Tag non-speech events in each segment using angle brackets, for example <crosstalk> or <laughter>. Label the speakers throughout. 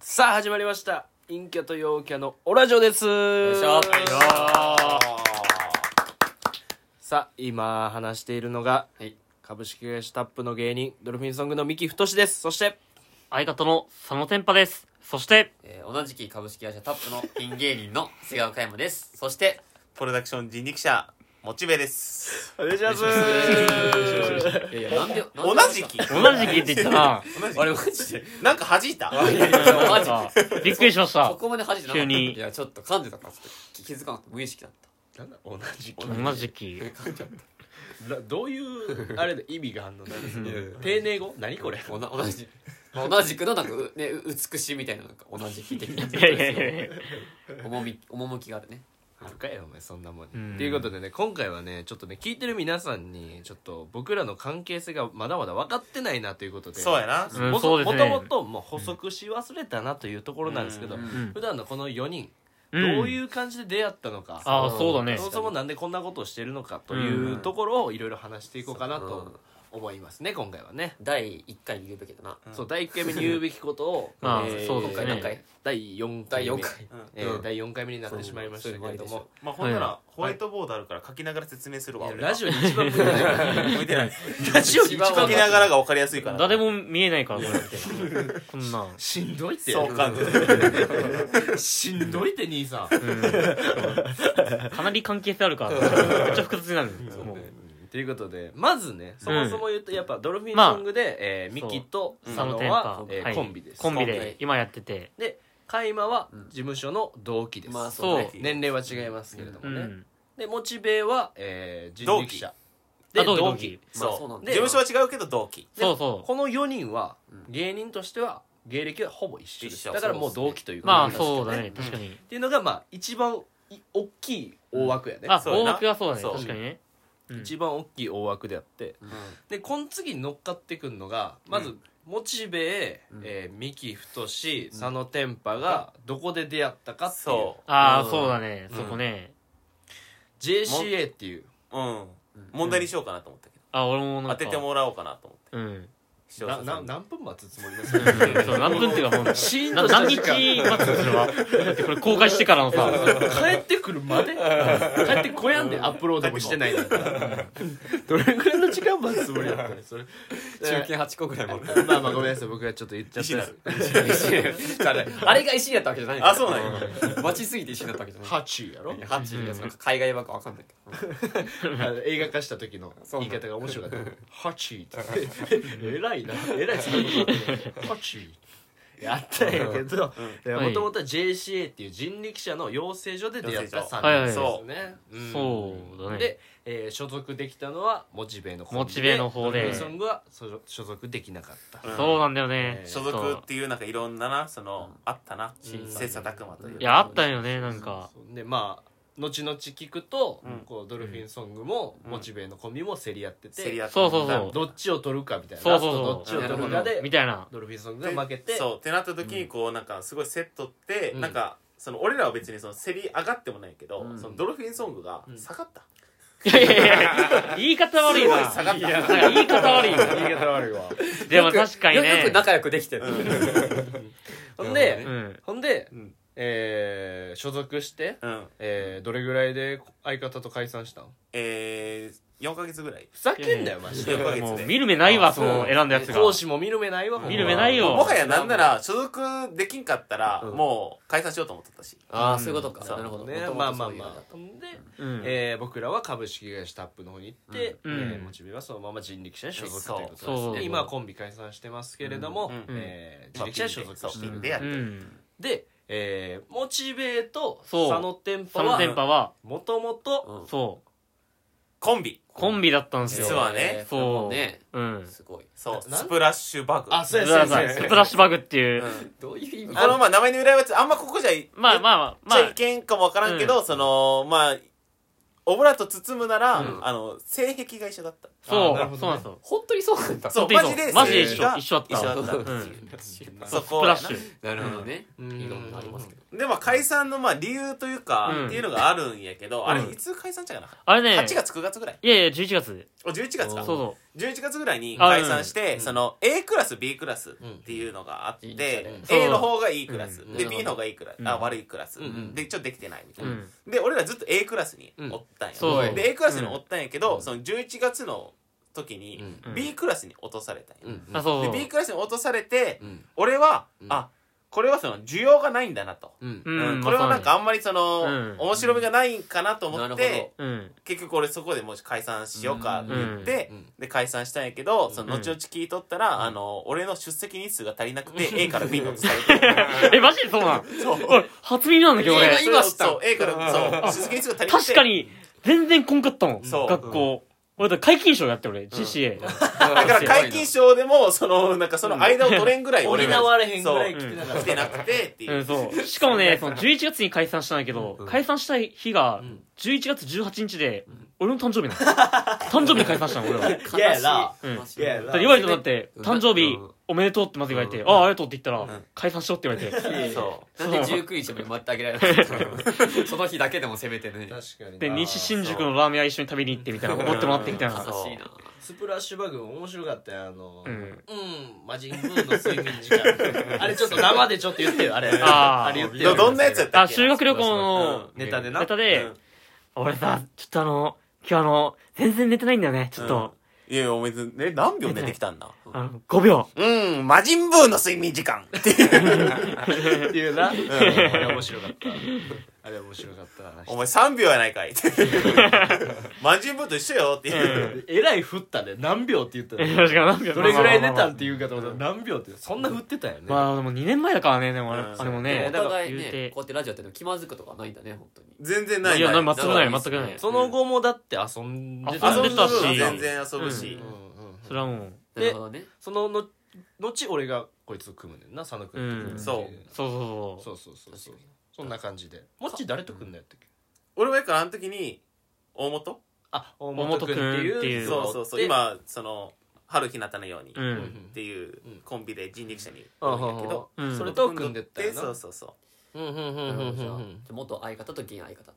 Speaker 1: さあ始まりました陰キャと陽キャのオラジオですさあ今話しているのが、
Speaker 2: はい
Speaker 1: 株式会社タップの芸人ドルフィンソングの三木太志ですそして
Speaker 3: 相方の佐野天パです。そして、
Speaker 2: えー同じき株式会社タップのピン芸人の瀬川佳山ですそして
Speaker 4: プロダクション人力車モチベです
Speaker 1: お願いします
Speaker 2: いやいやなんで
Speaker 4: 同じ期
Speaker 3: 同じ聞いて言ったな。
Speaker 2: あれマジで
Speaker 4: なんか弾いた
Speaker 2: マジ
Speaker 3: なんかびっくりしました
Speaker 2: そ。こまで恥じてなかった
Speaker 3: 急に
Speaker 2: いやちょっと噛んでたからちょっと気づかなくて無意識だった
Speaker 4: <laughs> 同じ期
Speaker 3: 同じ期。
Speaker 2: 噛んじゃっ
Speaker 4: どういうあれで意味があんの丁寧語何これ
Speaker 2: たおな同じまあ同じくのなんかうねう美しいみたいななんか同じき的ない
Speaker 3: やいやいやいや。
Speaker 2: 重み趣があるね
Speaker 1: あるかよお前そんなもんに、
Speaker 3: うん
Speaker 1: ということでね今回はねちょっとね聞いてる皆さんにちょっと僕らの関係性がまだまだ分かってないなということで
Speaker 4: そうやな
Speaker 3: うん
Speaker 1: も
Speaker 3: そう
Speaker 1: と
Speaker 3: で
Speaker 1: も
Speaker 3: すね
Speaker 1: ともともう補足し忘れたなというところなんですけど、
Speaker 2: うん
Speaker 3: ん
Speaker 1: 普段のこの4人、
Speaker 3: ん
Speaker 1: どういう感じで出会ったのか
Speaker 3: ああ、そうだね、
Speaker 1: そ。もそもなんでこんなことをしてるのかというところをいろいろ話していこうかなと思いますね今回はね、
Speaker 2: 第1回に言うべきだな
Speaker 4: うん
Speaker 1: そう第1回目に言うべきことを
Speaker 3: <laughs> まあ
Speaker 1: えー
Speaker 3: そうで
Speaker 2: 今
Speaker 3: す
Speaker 2: 回
Speaker 3: ね
Speaker 2: 何回
Speaker 1: 第4
Speaker 2: 第
Speaker 1: 回目
Speaker 2: 4回
Speaker 1: えー第4回目になってしまいましたけれども
Speaker 4: まあほんならホワイトボードあるから書きながら説明するわ
Speaker 1: いや
Speaker 4: 俺
Speaker 1: ラジオに一番向いてない
Speaker 4: 向いてない
Speaker 1: ラジオに一番向
Speaker 4: 書
Speaker 1: い
Speaker 4: き
Speaker 1: てな
Speaker 4: ないがらが分かりやすいから
Speaker 3: 誰も見えないから、これ。こんなん。
Speaker 1: しんどいって
Speaker 4: そう感じる
Speaker 1: しんどいって兄さん
Speaker 3: うんかなり関係性あるから、めっちゃ複雑になる。もう
Speaker 1: ということでまずねそもそも言うとやっぱドルフィンソングで、えーミキと
Speaker 3: そう
Speaker 1: 佐野
Speaker 3: 佐野
Speaker 1: は、
Speaker 3: 天
Speaker 1: えー
Speaker 3: パはい
Speaker 1: コンビです
Speaker 3: コンビ
Speaker 2: コンビ
Speaker 3: で今やってて。
Speaker 1: で海馬は
Speaker 2: うん
Speaker 1: 事務所の同期です、
Speaker 2: まあそう
Speaker 3: そう
Speaker 2: ね。
Speaker 1: 年齢は違いますけれど
Speaker 3: う
Speaker 1: もね、
Speaker 3: ん。
Speaker 1: でモチベは、えー、人力車
Speaker 3: あ、同期同期。
Speaker 2: まあ
Speaker 4: そう
Speaker 2: そうなんだ
Speaker 4: 事務所は違うけど同期
Speaker 1: で
Speaker 3: そうそう。
Speaker 1: この4人は
Speaker 2: うん
Speaker 1: 芸人としては芸歴はほぼ一緒です
Speaker 4: 一緒
Speaker 1: だからもう同期という
Speaker 3: まあ
Speaker 1: ことにな
Speaker 3: そ
Speaker 1: り
Speaker 3: う
Speaker 1: すよ
Speaker 3: だね、確かに
Speaker 1: っ。ていうのがまあ一番い大きい大枠やね、
Speaker 3: あ、
Speaker 4: そう
Speaker 3: 大
Speaker 4: やな
Speaker 3: 枠はそうだね、
Speaker 4: そう
Speaker 3: 確かにね。うん
Speaker 1: 一番大きい大枠であって
Speaker 2: うん
Speaker 1: でこの次に乗っかってくるのがまず、モチベ、
Speaker 2: うん
Speaker 1: えー、三木太志佐野天パがどこで出会ったかっていう
Speaker 4: そ
Speaker 3: あ
Speaker 2: う
Speaker 3: あ、
Speaker 2: ん
Speaker 3: そうだね、
Speaker 4: うん
Speaker 3: そこね。
Speaker 1: JCA っていう
Speaker 4: ううん問題にしようかなと思ったけ
Speaker 3: あ、俺も
Speaker 4: ど当
Speaker 3: なんか。
Speaker 4: ててもらおうかなと思って
Speaker 3: うん。
Speaker 4: 視聴
Speaker 1: な
Speaker 4: 者さ
Speaker 1: なん
Speaker 4: に
Speaker 1: 何分待つつもりです
Speaker 3: うんそう何分っていうかもう
Speaker 1: シーン
Speaker 3: な
Speaker 1: とした
Speaker 3: 何
Speaker 1: 時
Speaker 3: 日
Speaker 1: 間
Speaker 3: 待つのそれはだってこれ公開してからのさ
Speaker 1: 帰ってくるまで帰ってこやんでアップロードもしてないのにどれぐらいの時間待つつもりだったのそれ
Speaker 2: 中堅8個ぐらいもある
Speaker 1: まあまあごめんなさい僕がちょっと言っちゃったやつ
Speaker 2: あれが石になったわけじゃない
Speaker 4: あそうなんや
Speaker 2: 待ちすぎて石になったわけじゃない
Speaker 1: 8やろ
Speaker 2: ハッチのやつなんか海外版かわかんないけど
Speaker 1: あの映画化した時の言い方が面白か
Speaker 4: <laughs>
Speaker 1: った「ハチ」ってえらいなえらいそのことハチやったんやけど
Speaker 3: はい
Speaker 1: もともとは JCA っていう人力車の養成所で出会った
Speaker 3: は
Speaker 1: 3
Speaker 3: い
Speaker 1: 人
Speaker 3: はい
Speaker 1: で
Speaker 3: はい
Speaker 1: すよねん
Speaker 3: そうだね
Speaker 1: で、えー所属できたのはモチベの方で
Speaker 3: モチベの方で
Speaker 1: ドルフィンソングは所所属できなかった
Speaker 4: うん
Speaker 3: そうなんだよね
Speaker 1: えー
Speaker 4: 所属っていうなんかいろんななそのあったな
Speaker 1: うん
Speaker 4: 切磋琢磨という
Speaker 3: いやあったよねなんか
Speaker 1: でまあ後々聞くと、
Speaker 4: うん
Speaker 1: こうドルフィンソングも、
Speaker 4: うん
Speaker 1: モチベのコンビも競り合ってて
Speaker 4: 競り合って
Speaker 3: そうそうそう
Speaker 1: どっちを取るかみたいな
Speaker 3: そうそうそう
Speaker 1: ラストどっちを取るかで
Speaker 3: みたいな
Speaker 1: ドルフィンソングが負けて
Speaker 4: そうってなった時にこうなんかすごいセットって、
Speaker 1: うん
Speaker 4: なんかその俺らは別にその競り上がってもないけど、
Speaker 2: うん
Speaker 4: そのドルフィンソングが
Speaker 1: ん
Speaker 4: 下がった、
Speaker 3: いやいやいや言い方悪いな
Speaker 4: すごい下がった
Speaker 3: なんか言い方悪いな
Speaker 1: 言い方悪いわ
Speaker 3: でも確かに
Speaker 2: よく
Speaker 3: ね
Speaker 2: 仲良くできてる
Speaker 1: ほんで、
Speaker 3: うん
Speaker 1: ほんで、
Speaker 4: うん
Speaker 1: えー所属して、
Speaker 4: うん
Speaker 1: えーどれぐらいで相方と解散したの
Speaker 4: えー、4か月ぐらい
Speaker 1: ふざけんなよマジで
Speaker 4: いやいや
Speaker 3: もう見る目ないわその選んだやつが
Speaker 1: 講師も見る目ないわほんま
Speaker 3: 見る目ないよ
Speaker 4: もはやなんなら所属できんかったら、
Speaker 1: うん
Speaker 4: もう解散しようと思ってたし
Speaker 2: ああそういうことか
Speaker 4: そう
Speaker 2: なるほど
Speaker 1: ね
Speaker 2: 元
Speaker 1: まあ
Speaker 2: 々
Speaker 1: まあ
Speaker 2: そういうのだ
Speaker 1: ま
Speaker 2: っ
Speaker 1: あほんで、
Speaker 3: うん
Speaker 1: えー僕らは株式会社タップの方に行って、
Speaker 3: うん
Speaker 1: えー
Speaker 3: うん
Speaker 1: モチベはそのまま人力車に所属
Speaker 4: そう
Speaker 1: ということ
Speaker 3: そう
Speaker 1: です
Speaker 3: そう
Speaker 1: ね
Speaker 3: そう
Speaker 1: 今はコンビ解散してますけれども、
Speaker 4: うんうん
Speaker 1: えー人力車に所属
Speaker 4: そう
Speaker 1: して
Speaker 4: ピ
Speaker 1: いる
Speaker 4: ンでやっ
Speaker 3: う
Speaker 4: てる、
Speaker 3: ん
Speaker 1: で、えーモチベと佐
Speaker 3: そう
Speaker 1: 野天パ
Speaker 3: その
Speaker 1: は
Speaker 3: 電波は
Speaker 1: もとも
Speaker 2: う
Speaker 1: と
Speaker 2: ん
Speaker 3: そう
Speaker 4: コンビ
Speaker 3: コンビだったんです
Speaker 4: 実
Speaker 3: よ
Speaker 4: はね
Speaker 2: そうも
Speaker 3: そう
Speaker 2: ね
Speaker 3: ううん
Speaker 2: すごい
Speaker 4: そう
Speaker 1: な
Speaker 4: スプラッシュバグ
Speaker 1: あそう
Speaker 3: ブ
Speaker 1: や
Speaker 3: ラザ
Speaker 1: そうや
Speaker 3: ー
Speaker 1: そうや
Speaker 3: スプラッシュバグっていううん
Speaker 2: どういう意味
Speaker 4: あのまあ名前の由来はちょあんまここじゃい
Speaker 3: まあまあま
Speaker 4: まあ、
Speaker 3: あ
Speaker 4: いけんかもわからんけど、そのまあオブラート包むなら、
Speaker 3: うん
Speaker 4: あの性癖が一緒だった
Speaker 3: そ
Speaker 5: あーなるほど
Speaker 3: う、
Speaker 5: ね
Speaker 3: そうなんですよ。
Speaker 2: 本当にそうなんだ
Speaker 4: そう
Speaker 3: 本当
Speaker 4: マジ
Speaker 3: に
Speaker 4: で
Speaker 3: マジで一
Speaker 4: それが
Speaker 3: 緒、一緒だった。
Speaker 4: 一緒だっ
Speaker 3: うん
Speaker 4: そ
Speaker 3: スプ
Speaker 4: こ
Speaker 3: ラ
Speaker 4: や
Speaker 3: ッ
Speaker 4: な
Speaker 3: シュ。
Speaker 2: なるほどね
Speaker 1: うん
Speaker 2: いろんなありますけど
Speaker 4: でも解散のまあ理由というか、
Speaker 3: うん
Speaker 4: っていうのがあるんやけど、あれ
Speaker 3: うん
Speaker 4: いつ解散したかな、
Speaker 3: あれね、
Speaker 4: 8月9月ぐらい
Speaker 3: いやいや、11月。
Speaker 4: お11月
Speaker 3: そ
Speaker 4: か
Speaker 3: うそ
Speaker 4: 11月ぐらいに解散して、その A クラス B クラスっていうのがあって、
Speaker 2: うんいいです
Speaker 3: ね
Speaker 4: A の方がいいクラス、
Speaker 2: うん
Speaker 4: で
Speaker 2: うん
Speaker 4: B の方がいいクラス、
Speaker 3: うん
Speaker 4: あ悪いクラス、
Speaker 2: うんうん
Speaker 4: でちょっとできてないみた
Speaker 3: う。
Speaker 4: いうな、
Speaker 3: ん。
Speaker 4: で俺らずっと A クラスにおったんや、
Speaker 3: そう
Speaker 4: で A クラスにおったんやけど、
Speaker 2: うん
Speaker 4: その11月の時に
Speaker 3: うん
Speaker 4: B クラスに落とされたんや、
Speaker 2: うん
Speaker 3: あ、そうそ
Speaker 4: で
Speaker 3: う。
Speaker 4: B クラスに落とされて、
Speaker 2: うん
Speaker 4: 俺は、
Speaker 2: うん
Speaker 4: あこれはその需要がないんだなと、
Speaker 2: うん
Speaker 3: う
Speaker 4: うん
Speaker 3: ん、
Speaker 4: これはなんかあ
Speaker 3: ま
Speaker 4: んまりその、
Speaker 3: うん
Speaker 4: 面白みがないんかなと
Speaker 2: な
Speaker 4: 思
Speaker 2: るほ
Speaker 4: っ
Speaker 2: ど
Speaker 4: て
Speaker 3: あ、うん。
Speaker 4: 結局俺そこでもし解散しようかって言って、
Speaker 2: うんうん
Speaker 4: で解散したんやけど、その
Speaker 3: うん
Speaker 4: 後々聞いとったら、あの俺の出席日数が足りなくて A から B に落とされて
Speaker 3: え、マジでそうなん
Speaker 4: そう
Speaker 3: 俺、初耳なんだけど、 <laughs> 俺
Speaker 2: い。や今知った
Speaker 4: そう A からそう出席日数が足りなくて
Speaker 3: 確かに、全然こんかったもん。
Speaker 4: そう
Speaker 3: 学校。俺、だから解禁賞やって、俺、GCA。
Speaker 4: だから解禁賞でもそのなんかその間を取れんぐらい
Speaker 1: 補
Speaker 4: 俺が
Speaker 1: われへんぐらい
Speaker 3: そう
Speaker 1: 来てなか
Speaker 4: 来
Speaker 1: ってた
Speaker 4: なくてっていうう、
Speaker 3: ん、そう。しかもね、その11月に解散したんだけど、解散した日が
Speaker 2: ん、
Speaker 3: 11月18日で、俺の誕生日なの。誕生日に解散したの、俺は。だか
Speaker 1: いやいやな
Speaker 3: うん
Speaker 2: 悲しい
Speaker 1: いやいやな
Speaker 3: ら言われただって、
Speaker 2: うん
Speaker 3: 誕生日
Speaker 2: うん
Speaker 3: おめでとうってまず言われて、
Speaker 2: う
Speaker 3: ああ、ありがとうって言ったら、解散しろって言われて。
Speaker 4: そ
Speaker 2: なんで19日も待ってあげられなかったのその日だけでもせめてね悲し
Speaker 1: 確かにな
Speaker 3: で、西新宿のラーメン屋一緒に食べに行ってみたいな、思ってもらってみたいな。
Speaker 4: そう
Speaker 2: いな
Speaker 1: スプラッシュバグ面白かったよあの
Speaker 3: うん
Speaker 1: うん魔人ブーの睡眠時間あれちょっと生でちょっと言ってよあれ
Speaker 3: あー
Speaker 1: あれ言って
Speaker 4: う
Speaker 1: よ
Speaker 4: どどんなやつやった
Speaker 3: あ、
Speaker 4: っけ
Speaker 3: 修学旅行の
Speaker 4: ネタでな
Speaker 3: ネタで、
Speaker 4: うん
Speaker 3: 俺さ、ちょっとあの、今日あの、全然寝てないんだよね、ちょっと。
Speaker 4: いやいやおめでえ何秒寝てきたんだ
Speaker 3: あの、5秒。
Speaker 4: うん魔人ブーの睡眠時間っていう
Speaker 1: っていうな、うん、あれ面白かったあれ面白かった話
Speaker 4: <laughs> お前3秒やないかい <laughs> って魔人ブーと一緒よっていう
Speaker 1: えらい振ったね何秒って言った
Speaker 3: 確
Speaker 1: ね
Speaker 3: かに何秒
Speaker 1: どれぐらい寝たんって言うかと思ったら何秒ってそんな振ってたよね、
Speaker 3: まあでも2年前だからね、でもあれ,、
Speaker 4: うん
Speaker 3: あれも
Speaker 2: ね
Speaker 3: ね
Speaker 2: お。互い
Speaker 3: 言う
Speaker 2: ね
Speaker 3: て
Speaker 2: こうやってラジオやってるの気まずくとかないんだね本当に
Speaker 4: 全然ない
Speaker 3: いや、
Speaker 4: な
Speaker 3: ない全くない、全
Speaker 2: だ
Speaker 3: く
Speaker 2: からいい
Speaker 3: な
Speaker 2: っ
Speaker 3: い。
Speaker 1: その後もだって遊んで
Speaker 3: 遊んでたし
Speaker 4: 遊ぶ全然遊ぶし
Speaker 1: うんうんうん
Speaker 3: それはもう、
Speaker 2: なるほどね
Speaker 1: そのの後俺がこいつと組むねんな佐野君と組む
Speaker 3: うん
Speaker 4: そ
Speaker 3: そうそうそう。
Speaker 1: そうそうそうそうそんな感じでもっち誰と組んだやったっけ
Speaker 4: 俺はやからあの時に大本
Speaker 1: あ大
Speaker 3: 本君っていう
Speaker 4: そ
Speaker 3: ん
Speaker 4: うそうそう今その春日向のように
Speaker 3: う
Speaker 4: っ
Speaker 3: ん。
Speaker 4: ていうコンビで人力車に
Speaker 1: あ
Speaker 4: 乗
Speaker 1: は
Speaker 4: るんやけど
Speaker 1: は
Speaker 3: うん
Speaker 1: それと組んでったよな
Speaker 4: そうそうそう
Speaker 1: うんうんうん
Speaker 2: なる
Speaker 1: う
Speaker 2: ほ
Speaker 1: ん
Speaker 2: ど
Speaker 1: う
Speaker 2: じゃ
Speaker 1: ん
Speaker 2: あ
Speaker 1: うん
Speaker 2: 元相方と現相方って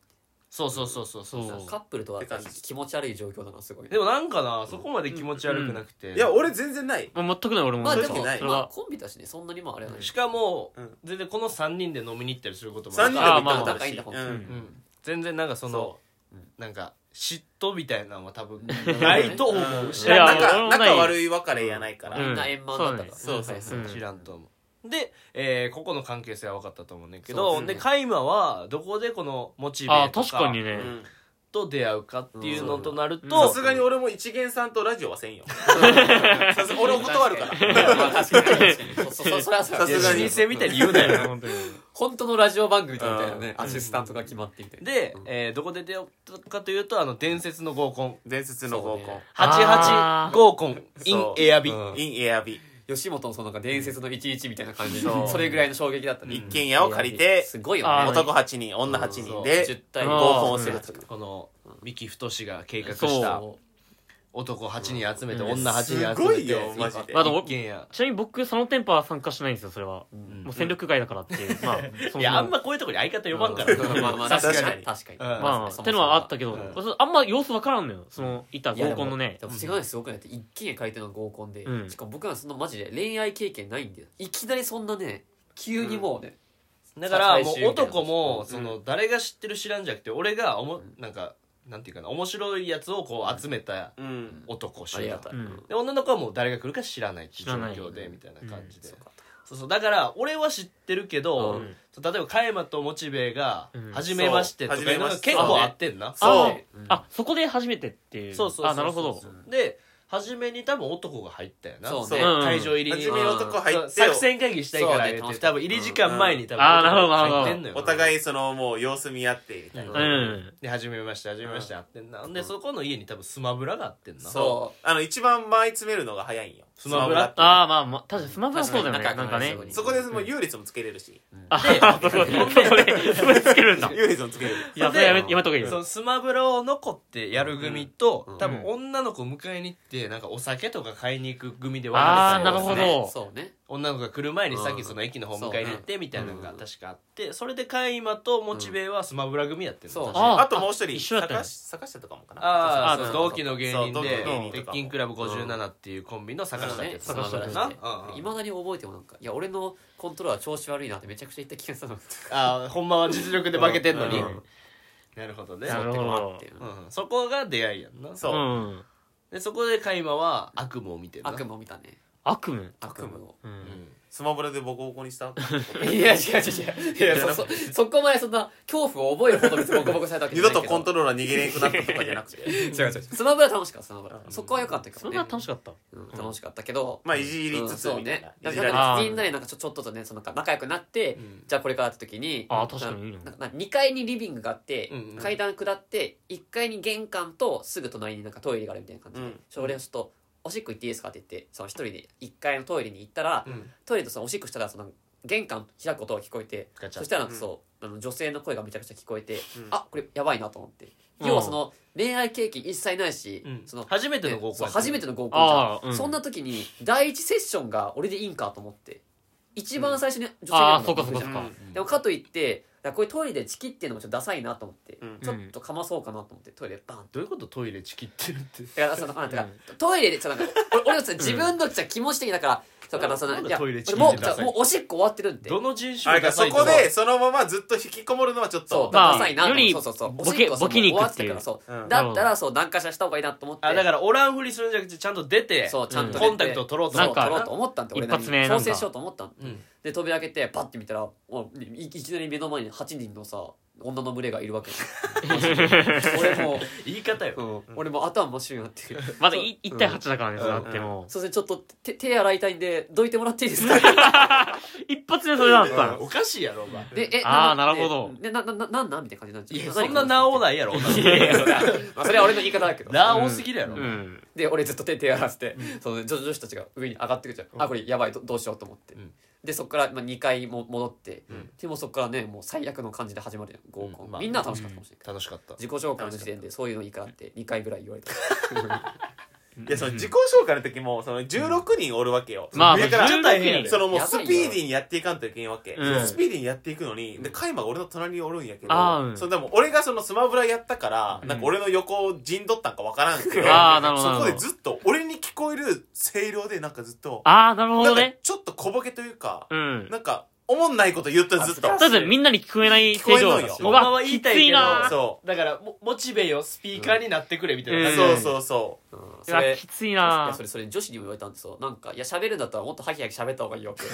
Speaker 1: そうそうそうそうそう
Speaker 3: そう
Speaker 2: カップルとは気持ち悪い状況だなすごい
Speaker 1: でもなんかなそこまで気持ち悪くなくて
Speaker 4: いや俺全然ない
Speaker 3: もう全くない、俺も。
Speaker 2: まあで
Speaker 4: 正
Speaker 2: も
Speaker 4: 直ない
Speaker 3: それ
Speaker 2: まあ
Speaker 3: は。
Speaker 2: コンビだしねそんなにもあれはない
Speaker 1: しかも
Speaker 4: うん
Speaker 1: 全然この3人で飲みに行ったりすることも
Speaker 4: 3人でも
Speaker 3: あ
Speaker 4: 行
Speaker 3: ー
Speaker 4: ったこと
Speaker 2: まあ
Speaker 4: あ
Speaker 2: まあ
Speaker 4: る
Speaker 2: 仲いいん
Speaker 4: し
Speaker 2: だ
Speaker 4: う
Speaker 2: 本当に
Speaker 4: ん
Speaker 1: うん全然なんかその
Speaker 4: そ
Speaker 1: なんか嫉妬みたいなのは多分
Speaker 2: ん
Speaker 1: ないと思
Speaker 4: う
Speaker 1: うん知
Speaker 3: いや
Speaker 1: らん
Speaker 4: 仲
Speaker 1: な
Speaker 3: 俺もない
Speaker 4: 仲悪い別れやないから
Speaker 2: みんな円満だったから
Speaker 4: そうそうそう
Speaker 3: うん
Speaker 1: 知らんと思うで、えーここの関係性は分かったと思うねんだけ
Speaker 4: そ
Speaker 1: ど
Speaker 4: う
Speaker 1: でカイマはどこでこのモチベ
Speaker 3: ああ、
Speaker 1: と
Speaker 3: 確か
Speaker 1: か
Speaker 3: にね。
Speaker 4: うん
Speaker 1: と出会うかっていうのとなる
Speaker 3: う
Speaker 4: さ
Speaker 3: ん
Speaker 1: と
Speaker 4: すがに俺も一元さんとラジオはせんよ <laughs> さす俺お断るから
Speaker 2: まあ確かに確かにそそそそれはさ
Speaker 4: さすがに
Speaker 1: 老舗みたいに言うなよ
Speaker 3: 本当に。
Speaker 2: 本当のラジオ番組みたいなねアシスタントが決まってみたい
Speaker 1: <laughs>
Speaker 2: な
Speaker 1: で、えーどこで出会ったかというとあの伝説の合コン
Speaker 4: 伝説の合コン
Speaker 1: 88
Speaker 3: あー
Speaker 1: 合コン in
Speaker 4: そう
Speaker 1: エアビ
Speaker 2: うん
Speaker 4: in エアビ
Speaker 2: 吉本のそのなんか伝説の11みたいな感じで
Speaker 4: そう
Speaker 2: それぐらいの衝撃だったね
Speaker 4: 一軒家を借りて
Speaker 2: すごいよ
Speaker 3: あ
Speaker 2: ね
Speaker 3: ー
Speaker 4: 男8人女8人
Speaker 2: 10
Speaker 4: で
Speaker 2: 対
Speaker 4: 合
Speaker 2: 5
Speaker 4: コンをする
Speaker 2: うん
Speaker 1: この三木太が計画
Speaker 3: そ
Speaker 1: し
Speaker 3: う
Speaker 1: た男8人集めて
Speaker 3: うん
Speaker 1: 女8人集めて
Speaker 4: すごいよマジで
Speaker 3: まあでも
Speaker 1: 一軒家
Speaker 3: ちなみに僕、その店舗は参加してないんですよ、それは。もう戦力外だからっていう。まあ、そもそも
Speaker 1: いやあんまこういうとこに相方呼ばんから
Speaker 2: うん <laughs> まあまあ
Speaker 4: 確
Speaker 2: 確
Speaker 4: か
Speaker 2: か
Speaker 4: に
Speaker 2: に確かに
Speaker 1: うん
Speaker 3: まあまあ、ってのはあったけど、
Speaker 1: うん
Speaker 3: あんま様子わからんのよ。その、いた合コンのね
Speaker 2: で。も違うんですよくないって一軒家借りての合コンで、
Speaker 3: うん
Speaker 2: しかも僕はそのマジで恋愛経験ないんだよいきなりそんなね急にもうね、
Speaker 1: だからも
Speaker 2: 最
Speaker 1: う
Speaker 2: 終みたいな
Speaker 1: 男も
Speaker 2: うん
Speaker 1: その誰が知ってる知らんじゃなくて俺がおもなんかなんていうかな面白いやつをこう集めた
Speaker 4: うん
Speaker 1: 男
Speaker 2: あ
Speaker 1: 主
Speaker 2: り
Speaker 1: 要
Speaker 2: がたい、
Speaker 3: うん
Speaker 1: で女の子はもう誰が来るか知らないっていう
Speaker 3: 知らない
Speaker 1: 状況でみたいな感じで、
Speaker 2: そうか
Speaker 1: そうそうだから俺は知ってるけど、
Speaker 3: うん
Speaker 1: そう例えば加山とモチベが
Speaker 3: うん
Speaker 1: 初めましてとかいうのが
Speaker 4: そう
Speaker 1: 結構あってんな、
Speaker 4: そう
Speaker 3: あ
Speaker 2: うん
Speaker 3: あ、そこで初めてっていう。
Speaker 1: そうそうそうそう
Speaker 3: あ、なるほど。
Speaker 1: で初めに多分男が入ったよな
Speaker 2: そうね
Speaker 3: うん
Speaker 1: 会場入りに
Speaker 4: 初め男入って
Speaker 1: 作戦会議したいから言
Speaker 2: そう
Speaker 1: っ
Speaker 2: ね
Speaker 1: て多分入り時間前に多分
Speaker 3: うんあーなるほ
Speaker 1: 男
Speaker 3: ど
Speaker 1: が入ってんのよ
Speaker 4: お互いそのもう様子見合ってみたいな
Speaker 3: う。
Speaker 1: うんで初めまして初めましてあってんな、ん、でそこの家に多ぶんスマブラがあってんな
Speaker 4: そうあの一番前詰めるのが早いんよ
Speaker 1: スマブラ
Speaker 3: ああまあまあ確かにスマブラそうだよね
Speaker 2: 確
Speaker 3: な
Speaker 2: かに
Speaker 3: んか
Speaker 2: 仲
Speaker 3: ね
Speaker 2: 良くなり
Speaker 4: そこでもう優劣もつけれるし
Speaker 3: あ <laughs> あそこそれそれつけるんだ
Speaker 4: 優劣もつけれる
Speaker 3: いやそれやめやめた方がいい
Speaker 1: そ
Speaker 3: よ
Speaker 1: のスマブラを残ってやる組と、
Speaker 4: うん
Speaker 1: 多分女の子迎えに行ってなんかお酒とか買いに行く組で分
Speaker 3: あ
Speaker 1: かれ
Speaker 3: ーな
Speaker 1: て
Speaker 3: る
Speaker 1: た
Speaker 3: ほど
Speaker 2: そうね
Speaker 1: 女の子が来る前にさっ
Speaker 4: うん
Speaker 1: きその駅の方迎えに行ってみたいなのが
Speaker 4: うん
Speaker 1: 確かあってそれでカイマとモチベはスマブラ組やってる
Speaker 2: そうね
Speaker 3: あ
Speaker 4: あともう一人
Speaker 3: 一緒だったよ
Speaker 4: 坂坂下とかもかな
Speaker 1: あ
Speaker 3: そ
Speaker 1: あ
Speaker 3: うそう
Speaker 1: 同期の芸人
Speaker 4: そう
Speaker 1: で
Speaker 4: 同期の芸人とかも
Speaker 1: 鉄筋クラブ57っていうコンビの坂下ってやつ
Speaker 2: そうね
Speaker 1: 坂下
Speaker 2: 坂
Speaker 1: な
Speaker 2: 下
Speaker 1: うんうん
Speaker 2: いまだに覚えてもなんかいや俺のコントローラー調子悪いなってめちゃくちゃ言った気がするの
Speaker 1: ああほんまは実力で負けてんのに
Speaker 4: うん
Speaker 1: なるほどね
Speaker 3: なるほど
Speaker 2: っていう
Speaker 1: うんそこが出会いやんな
Speaker 4: そう
Speaker 3: うん
Speaker 1: でそこでカイマは悪夢を見てるな
Speaker 2: 悪夢を見たね
Speaker 3: 悪夢
Speaker 2: 悪夢を
Speaker 3: う
Speaker 1: うんん
Speaker 4: スマブラでボコボコにした
Speaker 2: <laughs> いや違う違う違ういやそそそこまでそんな恐怖を覚えるほど別にボコボコされたわけじ
Speaker 4: <laughs> 二
Speaker 2: ゃな
Speaker 4: 度
Speaker 2: いけど
Speaker 4: とコントローラー逃げれなくなったとかじゃなくて
Speaker 2: 違う違う違うスマブラ楽しかったスマブラそこは良かったけ
Speaker 3: そ
Speaker 2: ど
Speaker 3: れ
Speaker 2: ね
Speaker 3: は楽しかった
Speaker 2: うん楽しかったけど
Speaker 4: まあいじりつつ
Speaker 2: うんそう
Speaker 4: みたい
Speaker 2: ね
Speaker 4: な、
Speaker 2: だ
Speaker 4: い
Speaker 2: か
Speaker 4: じ
Speaker 2: らなん
Speaker 4: られつ
Speaker 3: あ
Speaker 2: か
Speaker 3: ー
Speaker 2: みんなでなんかちょちょっとずつねそのなんか仲良くなって、
Speaker 1: ん
Speaker 2: じゃあこれからって時に
Speaker 3: あー確かにいい
Speaker 2: な
Speaker 3: な
Speaker 2: な2階にリビングがあって、
Speaker 1: うんうん
Speaker 2: 階段下って1階に玄関とすぐ隣になんかトイレがあるみたいな感じで、
Speaker 4: うん
Speaker 2: ちょっと俺がちょっとおしっこ行っていいですかって言ってその一人で1階のトイレに行ったら、
Speaker 1: うん
Speaker 2: トイレとそのおしっこしたらその玄関開く音が聞こえて
Speaker 1: ガチャ
Speaker 2: そしたらなんかそう、あの女性の声がめちゃくちゃ聞こえて、
Speaker 4: ん
Speaker 2: あこれやばいなと思って、
Speaker 3: うん
Speaker 2: 要はその恋愛経験一切ないし、
Speaker 1: うん
Speaker 2: その
Speaker 1: 初めての合コン
Speaker 2: そう初めての合コンじゃん
Speaker 3: ああうん
Speaker 2: そんな時に第一セッションが俺でいいんかと思って一番最初に女性
Speaker 3: あ
Speaker 2: が
Speaker 3: あそっかそっかそっ
Speaker 4: う
Speaker 3: か
Speaker 4: ん
Speaker 2: でもかといってだからこれトイレでチキっていうのもちょっとダサいなと思って、
Speaker 4: うん
Speaker 2: ちょっとかまそうかなと思ってトイレバン
Speaker 1: どういうことトイレチキってるって
Speaker 2: だからそのなんていうかトイレでちょっとなんか俺俺はさ自分のじゃ気持ち的だから、そうか
Speaker 1: な
Speaker 2: らその
Speaker 1: なんで
Speaker 2: いや
Speaker 1: トイレチキ
Speaker 2: もう
Speaker 1: ってダサい
Speaker 2: もうおしっこ終わってるんで
Speaker 1: どの人
Speaker 4: あ
Speaker 1: 種が
Speaker 4: れか
Speaker 1: ダ
Speaker 4: そ
Speaker 1: サいと
Speaker 4: こ
Speaker 1: か
Speaker 4: でそのままずっと引きこもるのはちょっ
Speaker 2: そう
Speaker 4: と
Speaker 3: まあ
Speaker 2: ダサいなと思って
Speaker 3: より
Speaker 2: そうそうそう
Speaker 3: ボ
Speaker 2: お
Speaker 3: ケ
Speaker 2: しっこそ
Speaker 3: ボケに
Speaker 2: もう終
Speaker 3: 行
Speaker 2: わ
Speaker 3: く
Speaker 2: っ
Speaker 3: って
Speaker 2: て
Speaker 3: い
Speaker 2: る
Speaker 3: う
Speaker 2: からそう、
Speaker 4: うん
Speaker 2: だったらそう何かしらした方がいいなと思って
Speaker 1: あだからおらんふりするんじゃなくてちゃんと出て
Speaker 2: そうちゃんと
Speaker 1: コンタクトを取ろうと
Speaker 2: そ
Speaker 3: な
Speaker 2: うん取
Speaker 3: か
Speaker 2: ろうと思ったんで俺なりに
Speaker 3: 一発目なんか
Speaker 2: 調整しようと思ったんで
Speaker 1: うん
Speaker 2: で扉開けてパッて見たらおいいきなり目の前に8人のさ女の群れがいるわ
Speaker 3: <laughs>
Speaker 2: け俺も
Speaker 1: 言い方よ
Speaker 2: う、うん、俺も頭真っ白になってる
Speaker 3: まだい1対8だからねそれあっても
Speaker 2: そうですねちょっと手手洗いたいんでどいてもらっていいです
Speaker 3: <laughs>
Speaker 2: か
Speaker 3: 一発目それだった
Speaker 1: おかしいやろお前
Speaker 2: でえ
Speaker 3: あー
Speaker 2: んで
Speaker 3: なるほど
Speaker 2: でななななんなんみたいな感じになっちゃ
Speaker 1: いやそ
Speaker 2: う
Speaker 1: んな直ないやろ
Speaker 2: いやいやそれはまあそれは俺の言い方だけど
Speaker 1: な多すぎるやろ、
Speaker 3: うん
Speaker 2: で俺ずっと手手洗わせて、その女女子たちが上に上がってくるじゃん、あこれやばいどどうしようと思って、
Speaker 1: うん
Speaker 2: でそこから、まあ、2回も戻って、
Speaker 1: うん
Speaker 2: でもそこからねもう最悪の感じで始まるじゃん合コン、
Speaker 1: うんまあ
Speaker 2: みんなは楽しかったかもしれないけど、
Speaker 1: 楽しかった
Speaker 2: 自己紹介の時点でそういうのいいからって2回ぐらい言われた
Speaker 4: いやその自己紹介の時もその16人おるわけよ、
Speaker 3: まあ
Speaker 4: だから
Speaker 3: 16人
Speaker 4: 大変そのもう
Speaker 2: やば
Speaker 4: ス
Speaker 2: い
Speaker 4: ピ
Speaker 2: よ
Speaker 4: ーディーにやっていかんといけんわけ、
Speaker 3: うん
Speaker 4: スピーディーにやっていくのにでカイマが俺の隣におるんやけど、
Speaker 3: あーうん
Speaker 4: そのでも俺がそのスマブラやったから、なんか俺の横を陣取ったんかわからんけど
Speaker 3: <laughs> あーなるほど
Speaker 4: そこでずっと俺に聞こえる声量でなんかずっと
Speaker 3: ああなるほど
Speaker 4: なんか
Speaker 3: ね
Speaker 4: ちょっと小ボケというか、
Speaker 3: うん
Speaker 4: なんかおもんないこと言ったずっと
Speaker 3: だってみんなに聞こえない声量
Speaker 4: 聞こえんのよ
Speaker 3: う
Speaker 1: ほんま
Speaker 3: わ
Speaker 1: は言
Speaker 3: き
Speaker 1: い
Speaker 3: つ
Speaker 1: たいけど
Speaker 3: いな
Speaker 4: そう
Speaker 1: だからモモチベよスピーカーになってくれみたい
Speaker 3: うん
Speaker 1: な、
Speaker 4: そうそうそ
Speaker 2: うん
Speaker 3: う
Speaker 2: そ
Speaker 3: わ
Speaker 2: れ
Speaker 3: きつい
Speaker 2: いや
Speaker 3: な
Speaker 2: それそれ女子にも言われたんですよなんかいや喋るんだったらもっとハキハキ喋った方がいいよって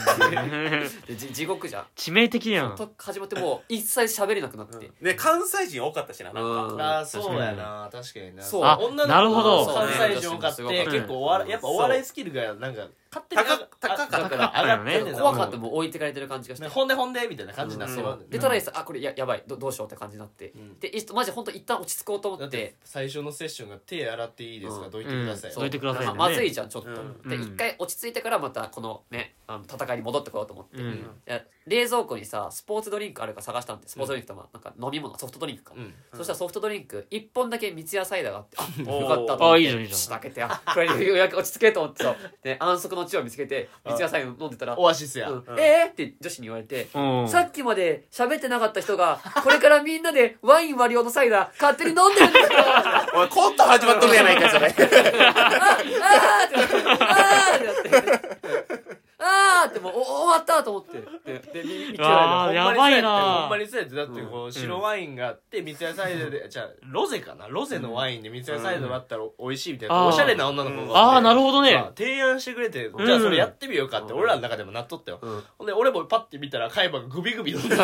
Speaker 2: でじ <laughs> 地獄じゃん
Speaker 3: 致命的やん
Speaker 2: と始まってもう一切喋れなくなって、
Speaker 4: う、で関西人多かったしななんか、
Speaker 2: うん
Speaker 1: ああそうやな確かにな
Speaker 2: そう
Speaker 1: あ
Speaker 3: なるほど
Speaker 1: 関西人多かって、
Speaker 2: そうね
Speaker 1: 結構お笑いやっぱお笑いスキルがなんか勝手に
Speaker 4: 高高かった
Speaker 1: 上がってんねんな
Speaker 2: 怖かったもう置いてかれてる感じがして、
Speaker 1: ねほんでほんでみたいな感じになってまうねんな
Speaker 2: でトライさんあこれややばいどどうしようって感じになって、
Speaker 1: うん
Speaker 2: でいつマジ本当一旦落ち着こうと思
Speaker 1: だ
Speaker 2: っ
Speaker 1: ってて最初のセッションが手洗っていいですか、
Speaker 2: うん
Speaker 1: どいてください、
Speaker 3: んそうどいてくださいね
Speaker 2: ままずいじゃんちょっと、
Speaker 4: うん
Speaker 2: で
Speaker 3: うん
Speaker 2: 一回落ち着いてからまたこのねあの戦いに戻ってこようと思って、
Speaker 3: う
Speaker 2: い
Speaker 3: ん
Speaker 2: や冷蔵庫にさスポーツドリンクあるか探したんでスポーツドリンクとまあなんか飲み物ソフトドリンクか、
Speaker 1: うん
Speaker 2: そしたらソフトドリンク1本だけ三ツ矢サイダーがあってあ
Speaker 4: おー
Speaker 2: よかったと思っ
Speaker 3: あ
Speaker 2: て
Speaker 3: いいじゃんいいじゃん
Speaker 2: シュッと開けてあこれ <laughs> ようやく落ち着けと思ってさで安息の地を見つけて三ツ矢サイダー飲んでたら「
Speaker 1: オアシスや、
Speaker 2: うんえー!」って女子に言われて
Speaker 3: うん
Speaker 2: さっきまで喋ってなかった人が、これからみんなでワイン割り用のサイダー勝手に飲んでるんですよあ
Speaker 4: おいコント始まっとるやないか <laughs> それ
Speaker 2: あーってなって、あーってなって、あーってもうお終わったと思って。で、で、み、み
Speaker 3: うわあーやばい
Speaker 1: ほん
Speaker 3: な
Speaker 1: まにそうやってだってこう白ワインがあって三ツ矢サイダーで、じゃあロゼかなロゼのワインで三ツ矢サイダー割ったら美味しいみたいな、
Speaker 3: うん
Speaker 1: おしゃれな女の子が
Speaker 3: ああなるほど
Speaker 1: まあ
Speaker 3: ね
Speaker 1: 提案してくれて、
Speaker 3: ん
Speaker 1: じゃあそれやってみようかって、俺らの中でもなっとったよ、ほんで俺もパッて見たら海馬がグビグビ飲んでた